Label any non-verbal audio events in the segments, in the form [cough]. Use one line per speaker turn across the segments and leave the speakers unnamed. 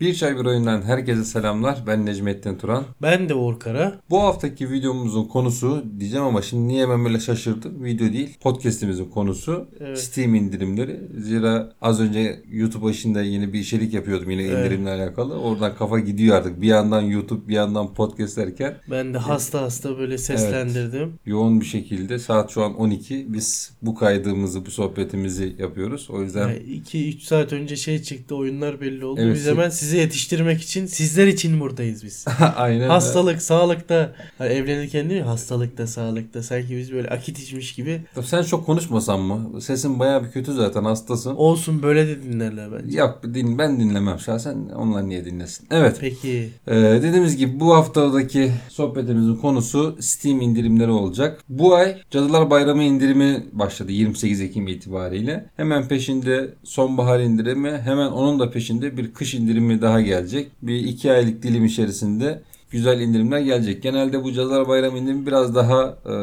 Bir Çay Bir Oyundan herkese selamlar. Ben Necmettin Turan.
Ben de Uğur Kara.
Bu haftaki videomuzun konusu diyeceğim ama şimdi niye hemen böyle şaşırdım? Video değil. Podcast'imizin konusu
Evet.
Steam indirimleri. Zira az önce YouTube başında yeni bir içerik yapıyordum yine
Evet.
indirimle alakalı. Oradan kafa gidiyor artık. Bir yandan YouTube bir yandan podcast derken
Ben de hasta hasta böyle seslendirdim.
yoğun bir şekilde saat şu an 12. Biz bu kaydığımızı bu sohbetimizi yapıyoruz. O yüzden
2-3 saat önce şey çıktı oyunlar belli oldu.
Evet,
Biz
siz-
hemen sizi yetiştirmek için sizler için buradayız biz.
[laughs] aynen.
Hastalık, sağlıkta. Hani evlenirken değil mi? Hastalıkta, sağlıkta. Sanki biz böyle akit içmiş gibi.
Sen çok konuşmasan mı? Sesin bayağı bir kötü zaten hastasın.
Olsun böyle de dinlerler bence.
Yok din, ben dinlemem şahsen. Onlar niye dinlesin? Evet.
Peki.
Ee, dediğimiz gibi bu haftadaki sohbetimizin konusu Steam indirimleri olacak. Bu ay Cadılar Bayramı indirimi başladı 28 Ekim itibariyle. Hemen peşinde sonbahar indirimi hemen onun da peşinde bir kış indirimi daha gelecek. Bir iki aylık dilim içerisinde güzel indirimler gelecek. Genelde bu Cadılar Bayramı indirimi biraz daha e,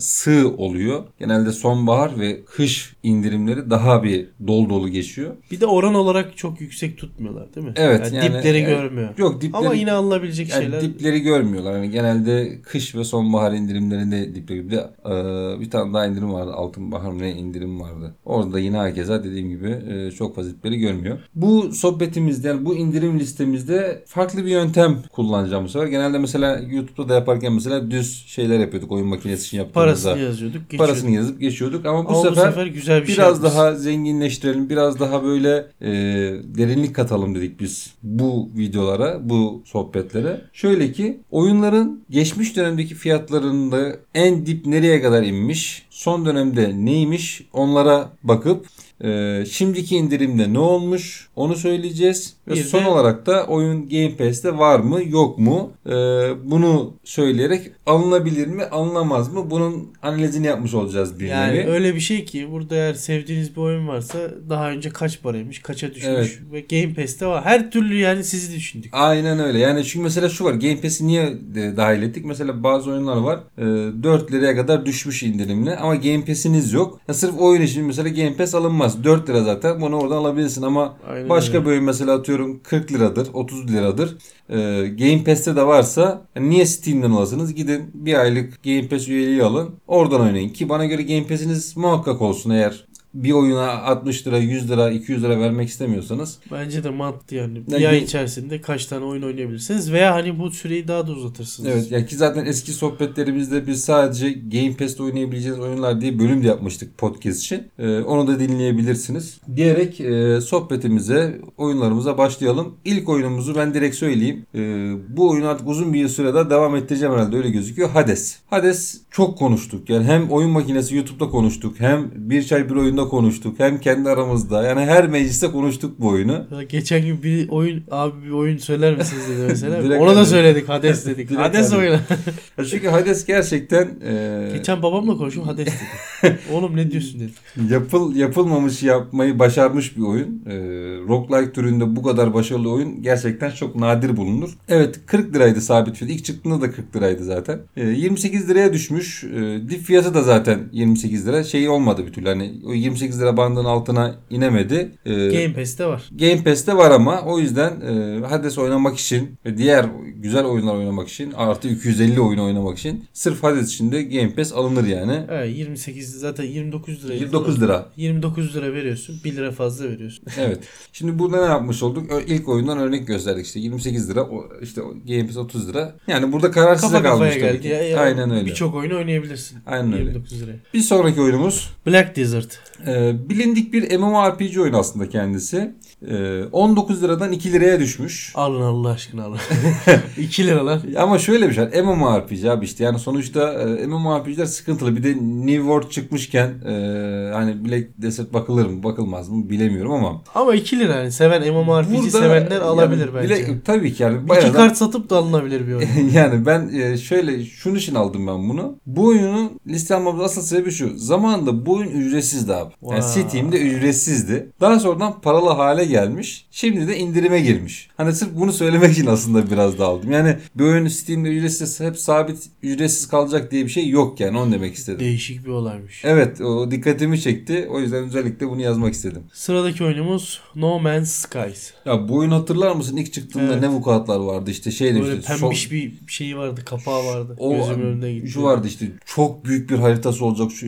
sığ oluyor. Genelde sonbahar ve kış indirimleri daha bir dolu dolu geçiyor.
Bir de oran olarak çok yüksek tutmuyorlar değil mi?
Evet,
Yani
yani-
dipleri
evet.
görmüyor.
Yok dipleri
Ama yine alınabilecek
yani
şeyler.
dipleri görmüyorlar. Yani genelde kış ve sonbahar indirimlerinde dipleri. Bir, de, e, bir tane daha indirim vardı. Altın bahar mı ne indirim vardı. Orada da yine herkese dediğim gibi e, çok fazla dipleri görmüyor. Bu sohbetimizde yani bu indirim listemizde farklı bir yöntem kullanacağım bu sefer. Genelde mesela YouTube'da da yaparken mesela düz şeyler yapıyorduk. Oyun makinesi için yaptığımızda.
Parasını yazıyorduk. geçiyorduk.
Parasını yazıp geçiyorduk ama bu
Ama
sefer,
bu sefer güzel bir şey
biraz
yapmışsın.
daha zenginleştirelim, biraz daha böyle e, derinlik katalım dedik biz bu videolara, bu sohbetlere. Şöyle ki oyunların geçmiş dönemdeki fiyatlarında en dip nereye kadar inmiş, son dönemde neymiş onlara bakıp e, şimdiki indirimde ne olmuş onu söyleyeceğiz. Ve
Bir
son
de-
olarak da oyun Game Pass'te var mı yok mu E, bunu söyleyerek alınabilir mi alınamaz mı bunun analizini yapmış olacağız bir
Yani
nevi.
öyle bir şey ki burada eğer sevdiğiniz bir oyun varsa daha önce kaç paraymış, kaça düşmüş
Evet.
ve Game Pass'te var. Her türlü yani sizi düşündük.
Aynen öyle. Yani çünkü mesela şu var. Game Pass'i niye e, dahil ettik? Mesela bazı oyunlar var. E, 4 liraya kadar düşmüş indirimli ama Game Pass'iniz yok. Ya sırf oyun için mesela Game Pass alınmaz. 4 lira zaten. Bunu oradan alabilirsin ama
Aynen
başka
öyle.
bir oyun mesela atıyorum 40 liradır, 30 liradır. E, Game Pass'te de varsa yani niye Steam'den alasınız? Gidin bir aylık Game Pass üyeliği alın. Oradan oynayın ki bana göre Game Pass'iniz muhakkak olsun eğer bir oyuna 60 lira, 100 lira, 200 lira vermek istemiyorsanız
Bence de mantıklı yani.
Ne
Bir ay
bileyim.
içerisinde kaç tane oyun oynayabilirsiniz veya hani bu süreyi daha da uzatırsınız.
Evet ya ki zaten eski sohbetlerimizde biz sadece Game Pass'te oynayabileceğiniz oyunlar diye bölüm de yapmıştık podcast için. Ee, onu da dinleyebilirsiniz. Diyerek e, sohbetimize, oyunlarımıza başlayalım. İlk oyunumuzu ben direkt söyleyeyim. Ee, bu oyunu artık uzun bir süre daha devam ettireceğim herhalde öyle gözüküyor. Hades. Hades çok konuştuk. Yani hem oyun makinesi YouTube'da konuştuk. Hem bir çay bir oyunda konuştuk. Hem kendi aramızda. Yani her mecliste konuştuk bu oyunu.
Ya Geçen gün bir oyun abi bir oyun söyler misiniz dedi
[laughs] Direkt
mesela. Ona da
Hades. [laughs]
söyledik Hades dedik.
Direkt hani-
Hades
Hades.
oyna.
Ya Çünkü Hades gerçekten e,
Geçen babamla konuştum Hades dedi.
[laughs]
Oğlum ne diyorsun dedi.
Yapıl yapılmamış yapmayı başarmış bir oyun. Ee, roguelike türünde bu kadar başarılı oyun gerçekten çok nadir bulunur. Evet 40 liraydı sabit fiyat. İlk çıktığında da 40 liraydı zaten. Ee, 28 liraya düşmüş. Ee, dip fiyatı da zaten 28 lira. Şey olmadı bir türlü. Hani o 28 lira bandının altına inemedi. Ee,
Game Pass'te var.
Game Pass'te var ama o yüzden e, Hades oynamak için ve diğer güzel oyunlar oynamak için artı 250 oyun oynamak için sırf Hades için de Game Pass alınır yani.
Evet 28 zaten 29 lira.
29 lira
29 lira veriyorsun. 1 lira fazla veriyorsun.
Evet. Şimdi burada ne yapmış olduk? Ö- İlk oyundan örnek gösterdik işte 28 lira, o- işte o Game Pass 30 lira. Yani burada karar size
Kafa
kalmış tabii
kafaya geldi.
ki.
Ya, ya,
Aynen öyle.
Birçok oyunu oynayabilirsin.
Aynen öyle.
29 liraya.
Bir sonraki oyunumuz
Black Desert.
e, bilindik bir MMORPG oyunu aslında kendisi. E, 19 liradan 2 liraya düşmüş.
Alın Allah
[laughs]
aşkına alın. 2 lira lan.
Ama şöyle bir şey. MMORPG abi işte yani sonuçta e, MMORPG'ler sıkıntılı. Bir de New World çıkmışken e, hani Black Desert bakılır mı bakılmaz mı bilemiyorum ama.
Ama 2 lira yani seven MMORPG
Burada
sevenler
yani
alabilir bence.
Black- tabii ki yani. [laughs]
İki
bayağı da-
kart satıp da
[laughs]
alınabilir bir oyun.
yani ben e, şöyle şunun için aldım ben bunu. Bu oyunun liste almamız asıl sebebi şu. Zamanında bu oyun ücretsizdi abi. hesap. Yani
Vay.
Steam'de ücretsizdi. Daha sonradan paralı hale gelmiş. Şimdi de indirime girmiş. Hani sırf bunu söylemek için aslında biraz da aldım. Yani bir oyun Steam'de ücretsiz hep sabit ücretsiz kalacak diye bir şey yok yani onu demek istedim.
Değişik bir olaymış.
Evet o dikkatimi çekti. O yüzden özellikle bunu yazmak istedim.
Sıradaki oyunumuz No Man's Skies.
Ya bu oyun hatırlar mısın? İlk çıktığında
Evet.
ne vukuatlar vardı işte şey
Böyle
demişti. son-
pembiş bir şeyi vardı, kapağı vardı.
O
Gözümün önüne gitti.
şu vardı işte çok büyük bir haritası olacak şu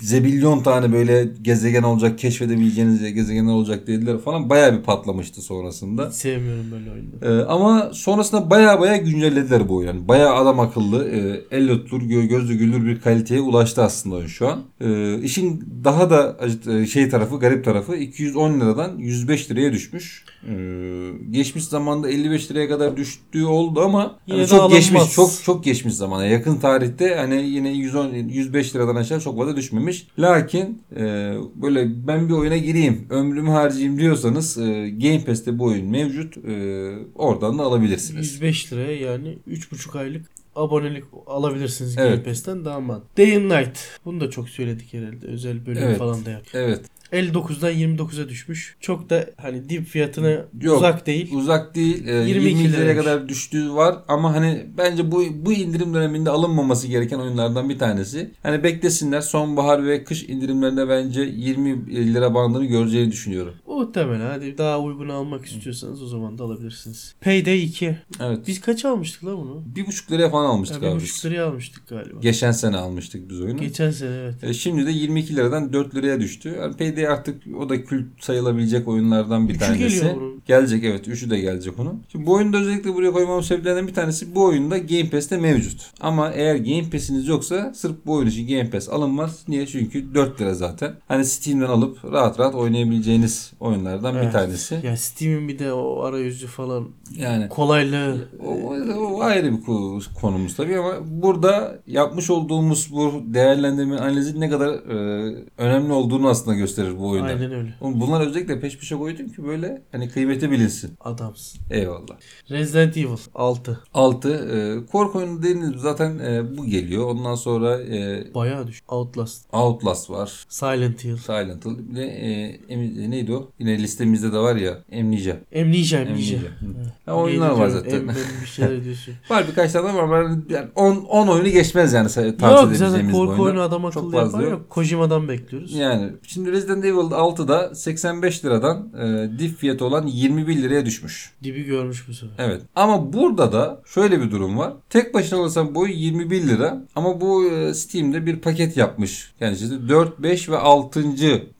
zebilyon tane böyle gezegen olacak keşfedebileceğiniz gezegenler olacak dediler falan bayağı bir patlamıştı sonrasında.
Hiç sevmiyorum böyle oyunları.
Ee, ama sonrasında baya baya güncellediler bu oyunu. Yani Baya adam akıllı, e, elle tutulur, gö- gözle görülür bir kaliteye ulaştı aslında oyun şu an. Ee, işin daha da acı- e, şey tarafı, garip tarafı 210 liradan 105 liraya düşmüş. Ee, geçmiş zamanda 55 liraya kadar düştüğü oldu ama
Yine
yani
de
çok
alınmaz.
geçmiş, çok çok geçmiş zamana. Yakın tarihte hani yine 110 105 liradan aşağı çok fazla düşmemiş. Lakin e, böyle ben bir oyuna gireyim, ömrümü harcayayım diyorsanız e, Game Pass'te bu oyun mevcut. E, oradan da alabilirsiniz.
105 liraya yani 3,5 aylık abonelik alabilirsiniz Game
Evet.
Pass'ten daha mantıklı. Day and Night. Bunu da çok söyledik herhalde. Özel bölüm
Evet.
falan da yaptık.
Evet.
59'dan 29'a düşmüş. Çok da hani dip fiyatına
Yok.
uzak değil.
Uzak değil. E,
22
22 liraya
liraymış.
kadar düştüğü var ama hani bence bu bu indirim döneminde alınmaması gereken oyunlardan bir tanesi. Hani beklesinler. Sonbahar ve kış indirimlerinde bence 20 lira bandını göreceğini düşünüyorum.
Muhtemelen hadi daha uygun almak istiyorsanız o zaman da alabilirsiniz. Payday 2.
Evet.
Biz kaç almıştık la bunu?
Bir buçuk liraya falan almıştık
Ya, bir
abi.
buçuk liraya almıştık galiba.
Geçen sene almıştık biz oyunu.
Geçen sene evet.
E, Şimdi de 22 liradan 4 liraya düştü. Yani PD artık o da kült sayılabilecek oyunlardan bir
Üçü
tanesi.
geliyor bunun.
Gelecek evet. Üçü de gelecek onun. Şimdi bu oyunda özellikle buraya koymamın sebeplerinden bir tanesi bu oyunda Game Pass'te mevcut. Ama eğer Game Pass'iniz yoksa sırf bu oyun için Game Pass alınmaz. Niye? Çünkü 4 lira zaten. Hani Steam'den alıp rahat rahat oynayabileceğiniz oyunlardan bir
Evet.
tanesi.
Ya Steam'in bir de o arayüzü falan
Yani
kolaylığı.
O, o- o ayrı bir ko- konumuz tabii ama burada yapmış olduğumuz bu değerlendirme analizi ne kadar e, önemli olduğunu aslında gösterir bu oyunda.
Aynen öyle.
Oğlum Bunlar özellikle peş peşe koydum ki böyle hani kıymeti bilinsin.
Adamsın.
Eyvallah.
Resident Evil 6.
6. korku oyunu dediğiniz zaten e, bu geliyor. Ondan sonra e,
Bayağı düş. Outlast.
Outlast var.
Silent Hill.
Silent Hill. Bir de e, Em- neydi o? Yine listemizde de var ya. Amnesia.
Amnesia, Amnesia.
Amnesia. Hı.
Evet.
Ya oyunlar var
Geliyorum,
zaten.
em- em- bir şeyler diyorsun.
[laughs] Var birkaç tane var ama ben- yani 10 oyunu geçmez yani say- tavsiye
yok zaten
edebileceğimiz bu
korku
oyunlar.
oyunu adam akıllı
Çok
yapan
fazla yok.
yok. Kojima'dan bekliyoruz.
Yani şimdi Resident Evil 6'da 85 liradan e, dip fiyatı olan 21 liraya düşmüş.
Dibi görmüş bu sefer.
Evet. Ama burada da şöyle bir durum var. Tek başına alırsan boyu 21 lira ama bu e, Steam'de bir paket yapmış. Yani işte 4, 5 ve 6.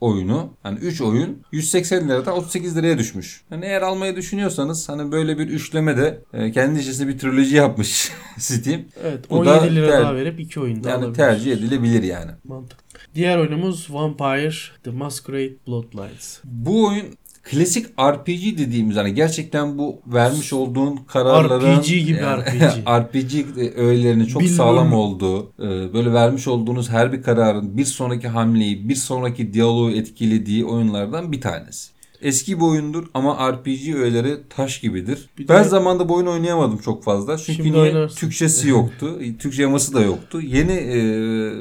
oyunu yani 3 oyun 180 liradan 38 liraya düşmüş. Yani eğer almayı düşünüyorsanız hani böyle bir üçleme de e, kendi içerisinde bir triloji yapmış [laughs] Steam.
Evet
Bu
17
da
lira
ter-
daha verip iki oyun da
Yani
alabiliriz.
tercih edilebilir yani.
Mantıklı. Diğer oyunumuz Vampire The Masquerade Bloodlines.
Bu oyun klasik RPG dediğimiz hani gerçekten bu vermiş olduğun kararların
RPG gibi
[laughs]
RPG.
RPG öğelerinin e, çok
Bilmiyorum.
sağlam olduğu e, böyle vermiş olduğunuz her bir kararın bir sonraki hamleyi bir sonraki diyaloğu etkilediği oyunlardan bir tanesi. Eski bir oyundur ama RPG öğeleri taş gibidir.
Bir de-
ben zamanda bu oyunu oynayamadım çok fazla. Çünkü
Şimdi
niye?
oynarsın.
Türkçesi
[laughs]
yoktu. Türkçe yaması da yoktu. Yeni e,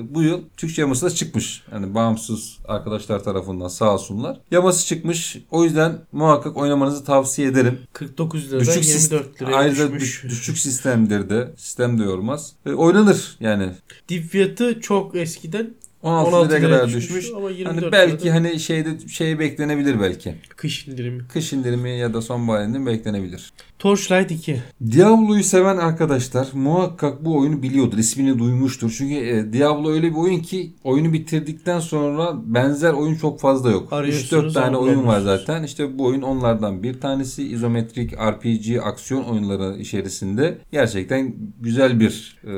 bu yıl Türkçe yaması da çıkmış. Yani bağımsız arkadaşlar tarafından sağ olsunlar. Yaması çıkmış. O yüzden muhakkak oynamanızı tavsiye ederim.
49 liradan
Düşük sis-
24 liraya
Ayrıca
düşmüş.
dü- düşük sistemdir de. Sistem de yormaz. E, oynanır yani.
Dip fiyatı çok eskiden
16,
16
liraya kadar düşmüş.
Ama 24
Hani
hani
belki hani şeyde şey beklenebilir belki.
kış indirimi.
Kış indirimi ya da sonbahar indirimi beklenebilir.
Torchlight 2.
Diablo'yu seven arkadaşlar muhakkak bu oyunu biliyordur. ismini duymuştur. Çünkü e, Diablo öyle bir oyun ki oyunu bitirdikten sonra benzer oyun çok fazla yok.
Arıyorsunuz,
3-4 tane
ama
oyun var
bulamıyorsunuz.
zaten. İşte bu oyun onlardan bir tanesi. İzometrik RPG aksiyon oyunları içerisinde gerçekten güzel bir e,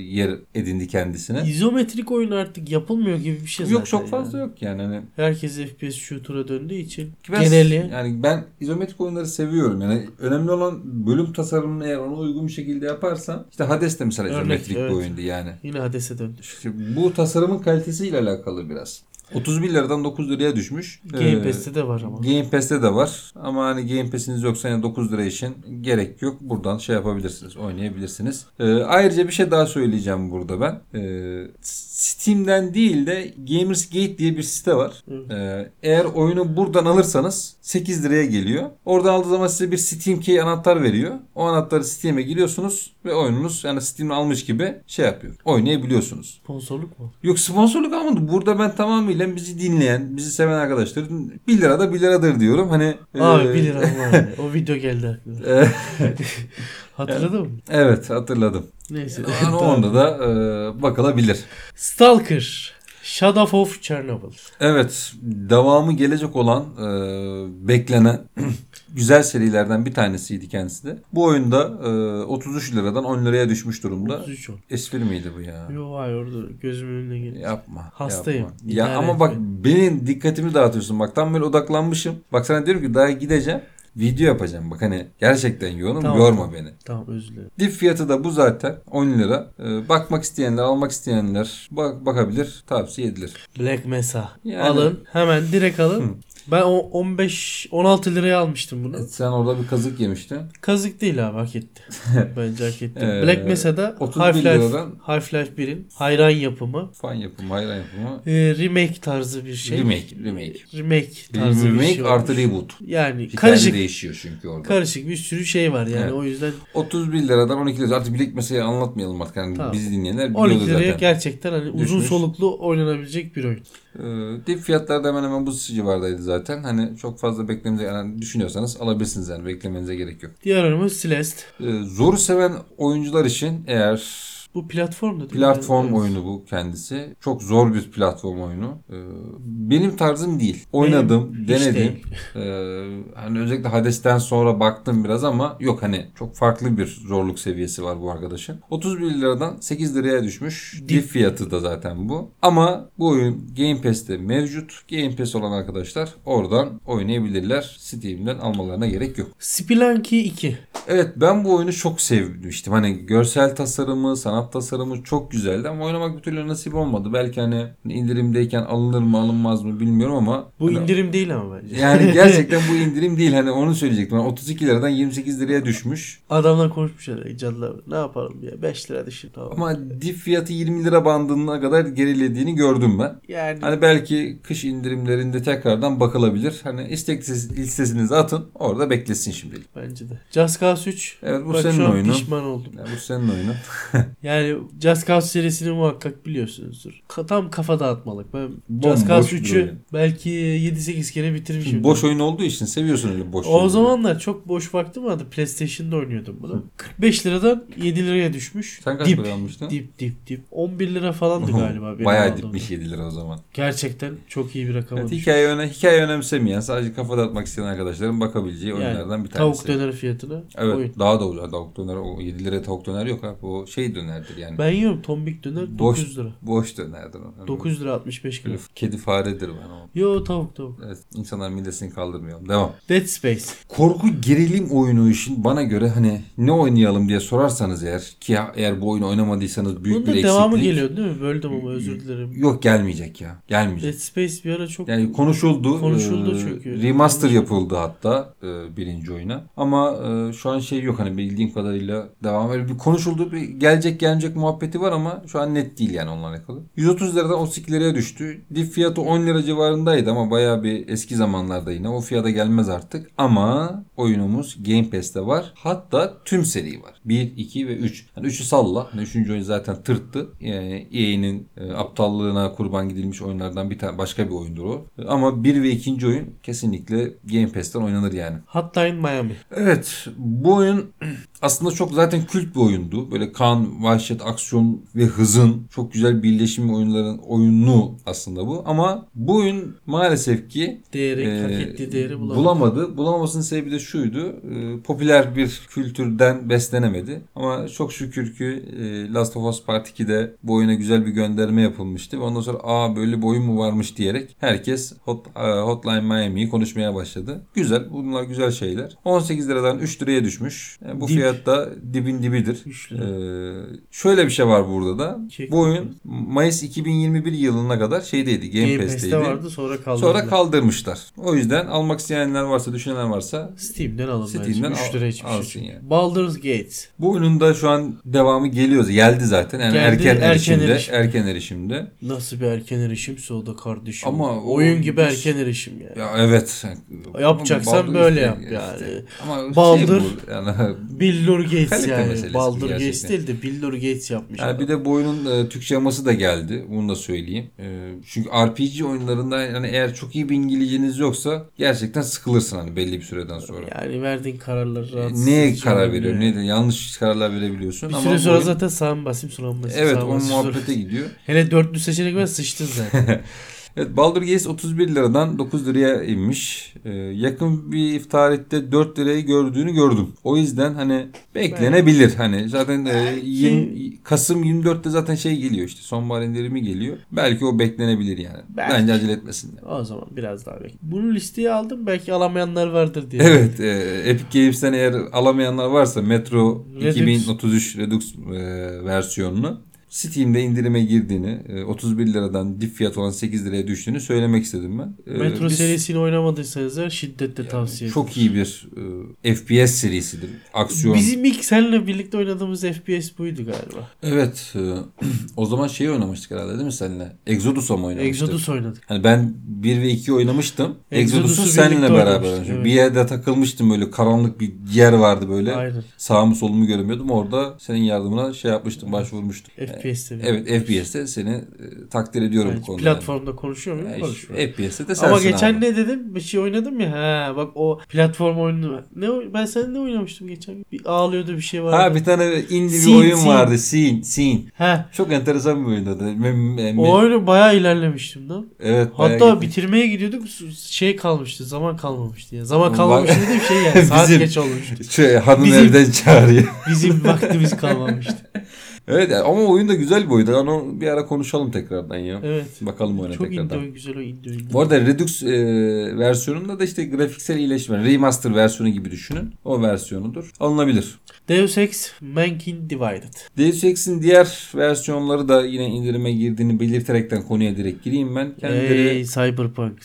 yer edindi kendisine.
İzometrik oyun artık yapılmıyor gibi bir şey zaten.
Yok çok fazla
yani.
yok yani. Hani
Herkes FPS shooter'a döndüğü için
Ki ben-
geneli
Yani ben izometrik oyunları seviyorum. Yani önemli olan bölüm tasarımını eğer ona uygun bir şekilde yaparsan işte Hades de mesela
Örnek,
izometrik
evet.
bir oyundu yani.
yine Hades'e döndü.
İşte bu tasarımın kalitesiyle alakalı biraz. 31 liradan 9 liraya düşmüş.
Game
Ee,
Pass'te de var ama.
Game Pass'te de var. Ama hani Game Pass'iniz yoksa yani 9 lira için gerek yok. Buradan şey yapabilirsiniz, oynayabilirsiniz. Ee, ayrıca bir şey daha söyleyeceğim burada ben. Ee, Steam'den değil de Gamersgate diye bir site var.
Hı.
Ee, eğer oyunu buradan alırsanız 8 liraya geliyor. Oradan aldığı zaman size bir Steam key anahtar veriyor. O anahtarı Steam'e giriyorsunuz ve oyununuz yani Steam'den almış gibi şey yapıyor. Oynayabiliyorsunuz.
Sponsorluk mu?
Yok sponsorluk almadı. Burada ben tamamıyla bizi dinleyen, bizi seven arkadaşların 1 lira da 1 liradır diyorum. Hani
Abi
e,
1 lira var. O video geldi aklıma.
[laughs] e,
Hatırladın mı?
evet
[laughs]
hatırladım.
Neyse.
Yani [laughs]
Tamam.
onda da e, bakılabilir.
Stalker. Shadow of Chernobyl.
Evet devamı gelecek olan e, beklenen [clears throat] güzel serilerden bir tanesiydi kendisi de. Bu oyunda e, 33 liradan 10 liraya düşmüş durumda.
33 oldu.
Espri miydi bu ya?
Yo hayır orada gözümün önüne geliyor.
Yapma.
Hastayım.
yapma. Ya
İdare
ama
et
bak benim dikkatimi dağıtıyorsun. Bak tam böyle odaklanmışım. Bak sana diyorum ki daha gideceğim. Video yapacağım. Bak hani gerçekten yoğunum.
Tamam.
Yorma beni.
Tamam özür dilerim.
Dip fiyatı da bu zaten. 10 lira. Ee, bakmak isteyenler, almak isteyenler bak bakabilir. Tavsiye edilir.
Black Mesa.
Yani-
Alın. Hemen direkt
Hı.
alın. Ben o 15 16 liraya almıştım bunu.
Evet, Sen orada bir kazık yemiştin.
Kazık değil abi
[laughs]
hak etti. Bence hak etti.
Ee,
Black Mesa'da
31
Half-Life
liradan-
Half-Life 1'in hayran yapımı.
Fan yapımı, hayran yapımı.
e, remake tarzı bir şey.
Remake, remake.
Remake tarzı
Remake
bir şey. olmuş.
artı reboot.
Yani
Hikaye
karışık
değişiyor çünkü orada.
karışık bir sürü şey var yani
Evet.
o yüzden
31 liradan 12 lira. Artık bilek mesela anlatmayalım artık. Yani
Tamam.
bizi dinleyenler biliyordu
12
zaten.
liraya gerçekten hani uzun
Düşmüş.
soluklu oynanabilecek bir oyun.
Ee, dip fiyatlar da hemen hemen bu civardaydı zaten. Hani çok fazla beklemenize yani düşünüyorsanız alabilirsiniz yani beklemenize gerek yok.
Diğer oyunumuz Celeste.
Ee, zoru seven oyuncular için eğer
Bu platformda değil mi?
platform
Evet.
oyunu bu kendisi. Çok zor bir platform oyunu. Ee, benim tarzım değil. Oynadım,
Benim hiç
denedim.
değil.
Ee, hani özellikle Hades'ten sonra baktım biraz ama yok hani çok farklı bir zorluk seviyesi var bu arkadaşın. 31 liradan 8 liraya düşmüş.
Dip.
Dip fiyatı da zaten bu. Ama bu oyun Game Pass'te mevcut. Game Pass olan arkadaşlar oradan oynayabilirler. Steam'den almalarına gerek yok.
Spelunky 2.
Evet ben bu oyunu çok sevmiştim. Hani görsel tasarımı, sanat tasarımı çok güzeldi ama oynamak bir türlü nasip olmadı. Belki hani indirimdeyken alınır mı alınmaz mı bilmiyorum ama
Bu
hani-
indirim değil ama bence.
[laughs] yani gerçekten bu indirim değil. Hani onu söyleyecektim. Hani 32 liradan 28 liraya düşmüş.
[laughs] Adamlar konuşmuşlar cadılar. Ne yapalım ya 5 lira düşün tamam.
Ama dip fiyatı 20 lira bandına kadar gerilediğini gördüm ben.
yani
Hani belki kış indirimlerinde tekrardan bakılabilir. Hani istek listesi- listesinizi atın. Orada beklesin şimdilik.
bence de. Just Cause 3.
Evet bu
Bak
senin
şu an
oyunun.
pişman oldum.
Ya bu senin oyunun.
Yani Just Cause serisini muhakkak biliyorsunuzdur. Ka- tam kafa dağıtmalık. Ben
Bomboş
Just Cause
bir
3'ü
oyun.
belki 7-8 kere bitirmişim.
Boş oyun olduğu için seviyorsun öyle boş
O
oyunları.
zamanlar çok boş vaktim vardı. PlayStation'da oynuyordum bunu. 45 liradan 7 liraya düşmüş.
Sen kaç
dip,
para almıştın?
Dip dip dip. 11 lira
[laughs]
falandı galiba. benim
Bayağı
aldığımda.
dipmiş 7 lira o zaman.
Gerçekten çok iyi bir şey. rakam.
Evet,
olmuş.
hikaye, öne, hikaye önemsemeyen sadece kafa dağıtmak isteyen arkadaşların bakabileceği
Yani
oyunlardan bir tanesi.
Tavuk döner fiyatına.
Evet
oyun.
daha da ucuz. Tavuk döner o 7 liraya tavuk döner yok abi. O şey dönerdir yani.
Ben yiyorum tombik döner
Boş.
900 lira.
Boş dönerdir o. Hani
900 lira 65 kilo.
Böyle Kedi faredir ben o.
Yo tavuk tavuk.
Evet, insanlar midesini kaldırmayalım. Devam.
Dead Space.
Korku gerilim oyunu için bana göre hani ne oynayalım diye sorarsanız eğer ki eğer bu oyunu oynamadıysanız büyük
Bunun da
bir eksiklik.
devamı geliyor değil mi? Böldüm ama özür dilerim.
Yok gelmeyecek ya. Gelmeyecek.
Dead Space bir ara çok
Yani konuşuldu.
Konuşuldu
Ee,
çünkü.
Remaster
Yanlış.
yapıldı hatta e, birinci oyuna. Ama e, şu an şey yok hani bildiğim kadarıyla devam ediyor. Bir konuşuldu bir gelecek gelecek muhabbeti var ama şu an net değil yani onunla alakalı. 130 liradan 32 liraya düştü. Dip fiyatı 10 lira civarındaydı ama bayağı bir eski zamanlarda yine. O fiyata gelmez artık. Ama oyunumuz Game Pass'te var. Hatta tüm seri var. 1, 2 ve 3. Hani 3'ü salla. Hani 3. oyun zaten tırttı. Yani EA'nin aptallığına kurban gidilmiş oyunlardan bir tane başka bir oyundur o. Ama 1 ve 2. oyun kesinlikle Game Pass'ten oynanır yani.
Hotline Miami.
Evet bu oyun [clears throat] aslında çok zaten kült bir oyundu. Böyle kan, vahşet, aksiyon ve hızın çok güzel birleşimi oyunların oyunu aslında bu. Ama bu oyun maalesef ki
Değeri,
ee,
hak ettiği değeri bulamadı.
bulamadı. Bulamamasının sebebi de şuydu. e, popüler bir kültürden beslenemedi. Ama çok şükür ki e, Last of Us Part 2'de bu oyuna güzel bir gönderme yapılmıştı. Ve ondan sonra aa böyle bir oyun mu varmış diyerek herkes Hot, e, Hotline Miami'yi konuşmaya başladı. Güzel. Bunlar güzel şeyler. 18 liradan 3 liraya düşmüş. E, bu
Dip
fiyat da dibin dibidir.
Güçlü.
Ee, şöyle bir şey var burada da.
Çek-
Bu oyun Mayıs 2021 yılına kadar şeydeydi. Game,
Game Pass'te
Pass'teydi.
vardı sonra kaldı.
Sonra kaldırmışlar. O yüzden almak isteyenler varsa, düşünenler varsa
Steam'den alın
Steam'den
bence. 3
al-
lira hiçbir şey.
alsın
yok.
yani.
Baldur's Gate.
bu oyunun da şu an devamı geliyor. Geldi zaten. Yani
Geldi,
erken,
erken
erişimde,
erişim.
Erken erişimde.
Nasıl bir erken erişimse o da kardeşim.
Ama o-
oyun gibi erken erişim yani.
Ya evet.
Yapacaksan
Baldur
böyle
işte-
yap
işte.
yani.
Ama
Baldur-
şey bu, yani [laughs]
Billur Gates
Kalite
yani.
meselesi
Baldur Gates
gerçekten.
değil de Billur Gates yapmış.
Yani
adam.
bir de bu oyunun e, Türkçe yaması da geldi. Bunu da söyleyeyim. E, çünkü RPG oyunlarında yani eğer çok iyi bir İngilizceniz yoksa gerçekten sıkılırsın hani belli bir süreden sonra.
Yani verdiğin kararları rahatsız
E, neye
edici
karar
oluyor
veriyor?
yani.
Ne de yanlış kararlar verebiliyorsun.
Bir
ama
süre
bu
sonra
oyun-
zaten sağ mı basayım sola mı basayım
Evet
sağa mı
o
basayım, sola-
muhabbete gidiyor.
Hele dörtlü seçenek var sıçtın
[laughs]
zaten.
Evet Baldur Gates 31 liradan 9 liraya inmiş. E, yakın bir tarihte 4 lirayı gördüğünü gördüm. O yüzden hani beklenebilir. Hani zaten e,
Belki-
yirmi- Kasım 24'te zaten şey geliyor işte sonbahar indirimi geliyor. Belki o beklenebilir yani.
Belki.
Bence acele etmesinler.
o zaman biraz daha bekle. Bunu listeye aldım belki alamayanlar vardır diye.
Evet, e, Epic Games'ten eğer alamayanlar varsa Metro
Redux.
2033 Redux e, versiyonunu Steam'de indirime girdiğini, e, 31 liradan dip fiyat olan 8 liraya düştüğünü söylemek istedim ben. E,
Metro
biz-
serisini oynamadıysanız eğer şiddetle tavsiye ederim.
Çok iyi bir e, FPS serisidir. Aksiyon.
Bizim ilk seninle birlikte oynadığımız FPS buydu galiba.
Evet. e, [clears throat] o zaman şey oynamıştık herhalde değil mi seninle? Exodus'a mı oynamıştık?
Exodus oynadık.
Hani ben 1 ve 2 oynamıştım.
Exodus'u
Exodus'u
birlikte
seninle beraber
oynamıştık,
oynamıştım.
evet.
Bir yerde takılmıştım böyle karanlık bir yer vardı böyle.
Aynen.
sağımı solumu göremiyordum. Orada senin yardımına şey yapmıştım, başvurmuştum.
FPS'te.
e, Evet, FPS'te seni e, takdir ediyorum bu konuda. E,
Platformda konuşuyor muyum?
Yani.
Konuşmuyor.
Yani FPS'te de sensin
Ama geçen
abi.
ne dedim? Bir şey oynadım ya. Ha bak o platform oyunu. Ne oy- ben seninle oynamıştım geçen gün. Bir ağlıyordu bir şey vardı.
Ha bir tane indie
Sin,
bir oyun
Sin.
vardı. Sin, Sin.
Ha
Çok enteresan bir oyundu. da. Me- me- me-
o oyunu bayağı ilerlemiştim lan.
evet, bayağı
Hatta
gittim.
bitirmeye gidiyorduk su- şey kalmıştı zaman kalmamıştı ya. Zaman
Bak-
kalmamıştı dediğim şey yani
[laughs]
saat
Bizim-
geç olmuştu.
şey, hanım
Bizim-
evden çağırıyor.
Bizim vaktimiz kalmamıştı.
[laughs] evet yani, ama oyun da güzel bir oyundu. Onu bir ara konuşalım tekrardan ya.
Evet.
Bakalım oyuna
Çok
tekrardan.
indi oyun güzel oyun indi oyun.
Bu arada Redux e, versiyonunda da işte grafiksel iyileşme, remaster versiyonu gibi düşünün. O versiyonudur. Alınabilir.
Deus Ex Mankind Divided.
Deus Ex'in diğer versiyonları da yine indirime girdiğini belirterekten konuya direkt gireyim ben. Kendileri
Ey Cyberpunk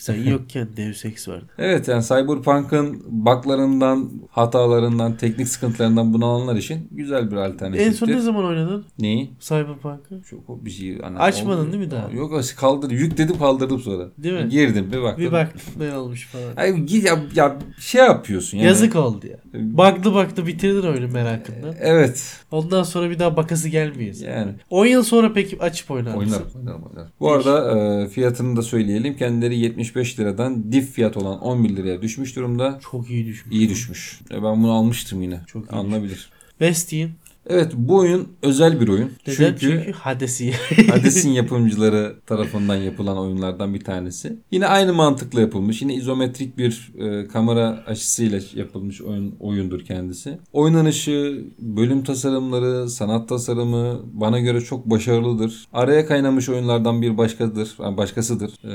[laughs]
sen yokken Deus Ex vardı.
Evet yani Cyberpunk'ın bug'larından, hatalarından, teknik sıkıntılarından bunalanlar için güzel bir
en
alternatiftir.
son ne zaman oynadun
Neyi?
Cyberpunk'ı?
Çok o bir şey. Hani
Açmadın
oldu.
değil mi daha?
Yok kaldır, yükledim kaldırdım sonra.
Değil mi?
Girdim bir baktım.
Bir bak ne olmuş falan.
Ay, git ya, ya şey yapıyorsun yani.
Yazık oldu ya. Baktı baktı bitirdin oyunu merakından.
Ee. Evet.
Ondan sonra bir daha bakası gelmiyor. sana.
Yani.
10 yıl sonra peki açıp oynar
Oynar,
mısın?
oynar, oynar. Bu arada e, fiyatını da söyleyelim. Kendileri 75 liradan dif fiyat olan 11 liraya düşmüş durumda.
Çok iyi düşmüş.
İyi düşmüş. E, ben bunu almıştım yine.
Çok iyi
Alınabilir.
Vestin.
Evet bu oyun özel bir oyun.
Neden? Çünkü,
Çünkü
Hades'i. [laughs]
Hades'in yapımcıları tarafından yapılan oyunlardan bir tanesi. Yine aynı mantıkla yapılmış. Yine izometrik bir e, kamera açısıyla yapılmış oyun oyundur kendisi. Oynanışı, bölüm tasarımları, sanat tasarımı bana göre çok başarılıdır. Araya kaynamış oyunlardan bir başkadır. yani başkasıdır. E,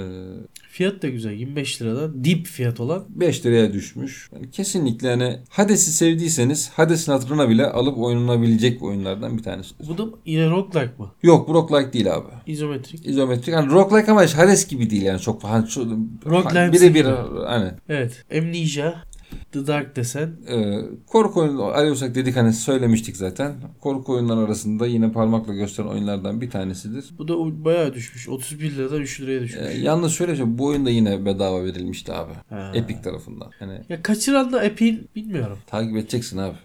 fiyat da güzel. 25 liradan dip fiyat olan.
5 liraya düşmüş. Yani kesinlikle hani Hades'i sevdiyseniz Hades'in hatırına bile alıp oynanabilecek oyunlardan bir tanesi.
Bu da yine roguelike mı?
Yok bu roguelike değil abi.
İzometrik.
İzometrik. Hani roguelike ama Hades gibi değil yani çok hani çok
Roguelike
birebir
gibi.
hani
Evet. Amnesia. The Dark Descent.
e, korku oyunu arıyorsak dedik hani söylemiştik zaten. Korku oyunları arasında yine parmakla gösteren oyunlardan bir tanesidir.
Bu da o- bayağı düşmüş. 31 liradan 3 liraya düşmüş.
E, yalnız şöyle bir şey bu oyunda yine bedava verilmişti abi.
Ha.
Epic tarafından. Hani
Ya kaçıran da Epic'in bilmiyorum.
takip edeceksin abi.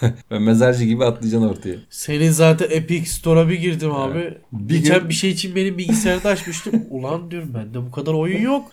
[laughs] Ben mezarcı gibi atlayacaksın ortaya.
Senin zaten Epic Store'a bir girdim abi.
Bir
Geçen
gün-
bir şey için benim bilgisayarda açmıştım.
[laughs]
Ulan diyorum bende bu kadar oyun yok.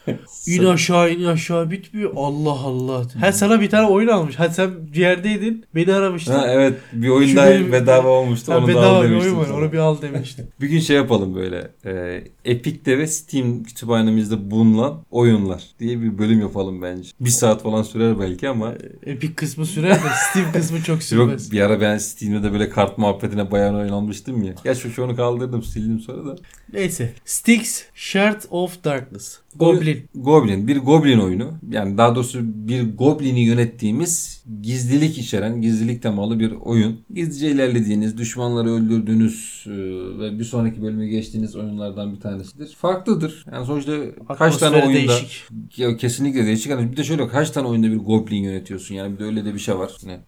İn aşağı in aşağı bitmiyor. Allah Allah.
Hmm.
Ha sana bir tane oyun almış. Ha sen bir yerdeydin. Beni aramıştın.
Ha evet bir
Şu
oyun daha
bölüm-
bedava olmuştu.
Ha,
onu da al
bedava bir
demiştim.
oyun var.
sana.
Onu bir
[laughs]
al demiştim.
Bir gün şey yapalım böyle. E, Epic'te ve Steam kütüphanemizde bulunan oyunlar diye
Ee,
bir bölüm yapalım bence. Bir saat falan sürer belki ama
Epic kısmı sürer de Steam kısmı çok
Yok
silmez.
bir ara ben Steam'de de böyle kart muhabbetine bayan oyun almıştım ya. Ya şu onu kaldırdım sildim sonra da.
Neyse. Styx Shard of Darkness. Goblin.
Goblin. Bir Goblin oyunu. Yani daha doğrusu bir Goblin'i yönettiğimiz gizlilik içeren, gizlilik temalı bir oyun. Gizlice ilerlediğiniz, düşmanları öldürdüğünüz e, ve bir sonraki bölümü geçtiğiniz oyunlardan bir tanesidir. Farklıdır. Yani sonuçta kaç tane
Atmosferi
oyunda...
değişik.
Ya kesinlikle değişik. Yani bir de şöyle kaç tane oyunda bir Goblin yönetiyorsun. Yani bir de öyle de bir şey var. Yani,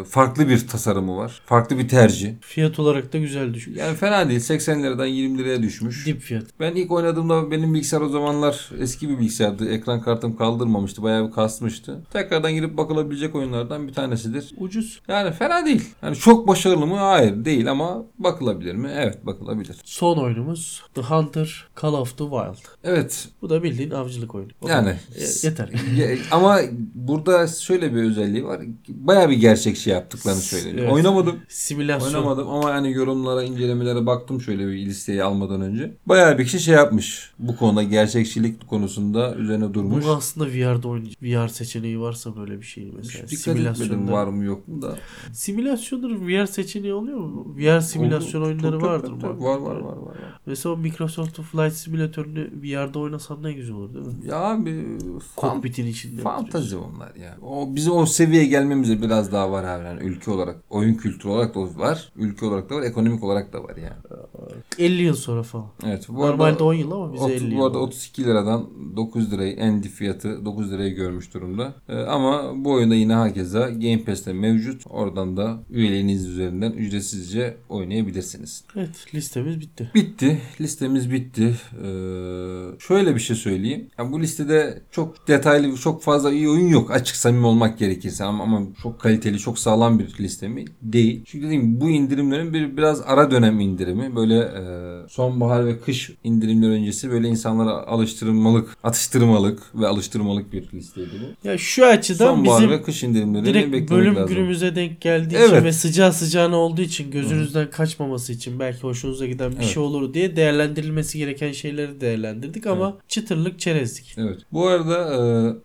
e, farklı bir tasarımı var. Farklı bir tercih.
Fiyat olarak da güzel düşmüş.
Yani fena değil. 80 liradan 20 liraya düşmüş.
Dip fiyat.
Ben ilk oynadığımda benim bilgisayar o zamanlar eski bir bilgisayardı. Ekran kartım kaldırmamıştı. Bayağı bir kasmıştı. Tekrardan girip bakılabilecek oyunlardan bir tanesidir.
Ucuz.
Yani fena değil. Yani çok başarılı mı? Hayır değil ama bakılabilir mi? Evet bakılabilir.
Son oyunumuz The Hunter Call of the Wild.
Evet
Bu da bildiğin avcılık oyunu. O
yani.
kadar. Ye-
[laughs]
yeter.
Ge- ama burada şöyle bir özelliği var. Bayağı bir gerçekçi yaptıklarını söyleniyor.
Evet.
Oynamadım.
Simülasyon.
Oynamadım ama yani yorumlara, incelemelere baktım şöyle bir listeyi almadan önce. Bayağı bir kişi şey yapmış. Bu konuda gerçekçilik konusunda üzerine durmuş.
Bunu aslında VR'da oynay- VR seçeneği varsa böyle bir şey
Hiç
mesela.
dikkat etmedim
Simülasyonda.
var mı yok mu da.
Simülasyondur VR seçeneği oluyor mu? VR simülasyon
Oldu.
oyunları
Tabii, tabii,
vardır
tabii,
muhakkak.
Var var var var. var.
Mesela o Microsoft Flight Simülatörünü VR'da oynasan ne güzel olur değil mi?
Ya abi fan,
Kokpitin içinde.
fantazi onlar ya. O bizim o seviyeye gelmemize biraz daha var abi yani ülke olarak. Oyun kültürü olarak da var. Ülke olarak da var. Ekonomik olarak da var yani.
50 yıl sonra falan.
Evet. Bu
Normalde
arada,
10 yıl ama bize
ot-
50 yıl.
bu arada 32 liradan 9 lirayı en dip fiyatı 9 liraya görmüş durumda. Ee, ama bu oyunda yine herkese Game Pass'te mevcut. Oradan da üyeliğiniz üzerinden ücretsizce oynayabilirsiniz.
Evet listemiz bitti.
Bitti. Listemiz bitti. Ee, şöyle bir şey söyleyeyim. Yani bu listede çok detaylı, çok fazla iyi oyun yok. Açık samimi olmak gerekirse ama, ama çok kaliteli, çok sağlam bir liste mi? Değil. Çünkü dediğim gibi bu indirimlerin bir biraz ara dönem indirimi. Böyle e, sonbahar ve kış indirimler öncesi böyle insanlara alıştırmalık, atıştırmalık ve alıştırmalık bir listeydi bu.
Ya şu açıdan
Sonbahar
bizim
ve kış indirimlerini
direkt
beklemek
bölüm
lazım.
günümüze denk geldiği
Evet.
için ve sıcağı sıcağına olduğu için gözünüzden kaçmaması için belki hoşunuza giden bir
Evet.
şey olur diye değerlendirilmesi gereken şeyleri değerlendirdik ama çıtırlık çerezlik.
Evet. Bu arada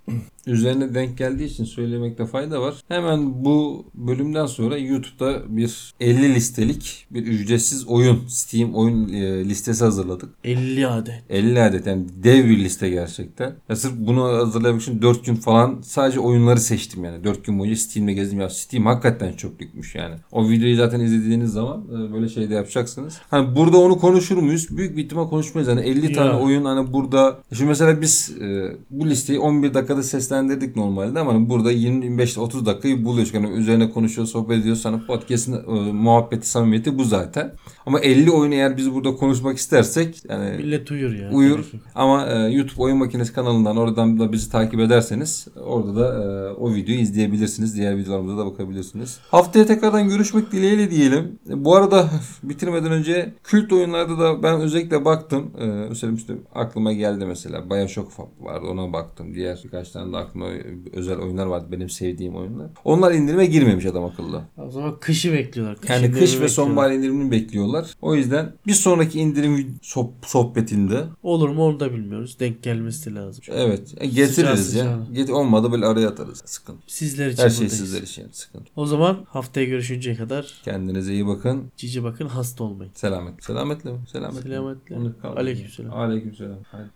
e, [clears throat] üzerine denk geldiği için söylemekte fayda var. Hemen bu bölümden sonra YouTube'da bir 50 listelik bir ücretsiz oyun Steam oyun e, listesi hazırladık.
50 adet.
50 adet yani dev bir liste gerçekten. Ya sırf bunu hazırlamak için 4 gün falan sadece oyunları seçtim yani. 4 gün boyunca Steam'de gezdim. Ya Steam hakikaten çok lükmüş yani. O videoyu zaten izlediğiniz zaman e, böyle şey de yapacaksınız. Hani burada onu konuşur muyuz? Büyük bir ihtimal konuşmayız. Hani 50 tane
Ya.
oyun hani burada. Şimdi mesela biz e, bu listeyi 11 dakikada seslendirdik normalde ama hani burada 25-30 dakikayı buluyoruz. Yani üzerine konuşuyor, sohbet ediyoruz. Hani podcast'in e, muhabbeti, samimiyeti bu zaten. Ama 50 oyunu eğer biz burada konuşmak istersek yani
Millet uyur ya.
Uyur. ama e, YouTube Oyun Makinesi kanalından oradan da bizi takip ederseniz orada da e, o videoyu izleyebilirsiniz. Diğer videolarımıza da bakabilirsiniz. Haftaya tekrardan görüşmek dileğiyle diyelim. E, Bu arada bitirmeden önce kült oyunlarda da ben özellikle baktım. E, Özellikle işte aklıma geldi mesela. Bioshock vardı ona baktım. Diğer birkaç tane de aklıma özel oyunlar vardı. Benim sevdiğim oyunlar. Onlar indirime girmemiş adam akıllı.
O zaman kışı bekliyorlar. Kış
Yani
indirimi
kış ve
bekliyorlar.
sonbahar indirimini bekliyorlar. O yüzden bir sonraki indirim soh- sohbetinde
Olur mu onu da bilmiyoruz. Denk gelmesi lazım.
Evet. E, Getiririz
Sıcağı
ya.
sıcağına.
Get olmadı böyle araya atarız. Sıkıntı.
Sizler için
Her şey
buradayız.
sizler için. Sıkıntı.
O zaman haftaya görüşünceye kadar
Kendinize iyi bakın.
cici bakın hasta olmayın.
Selamet. Selametle mi? Selametle. mi?
Selametle.
Onu kaldı.
Aleykümselam.
Aleykümselam. Hadi.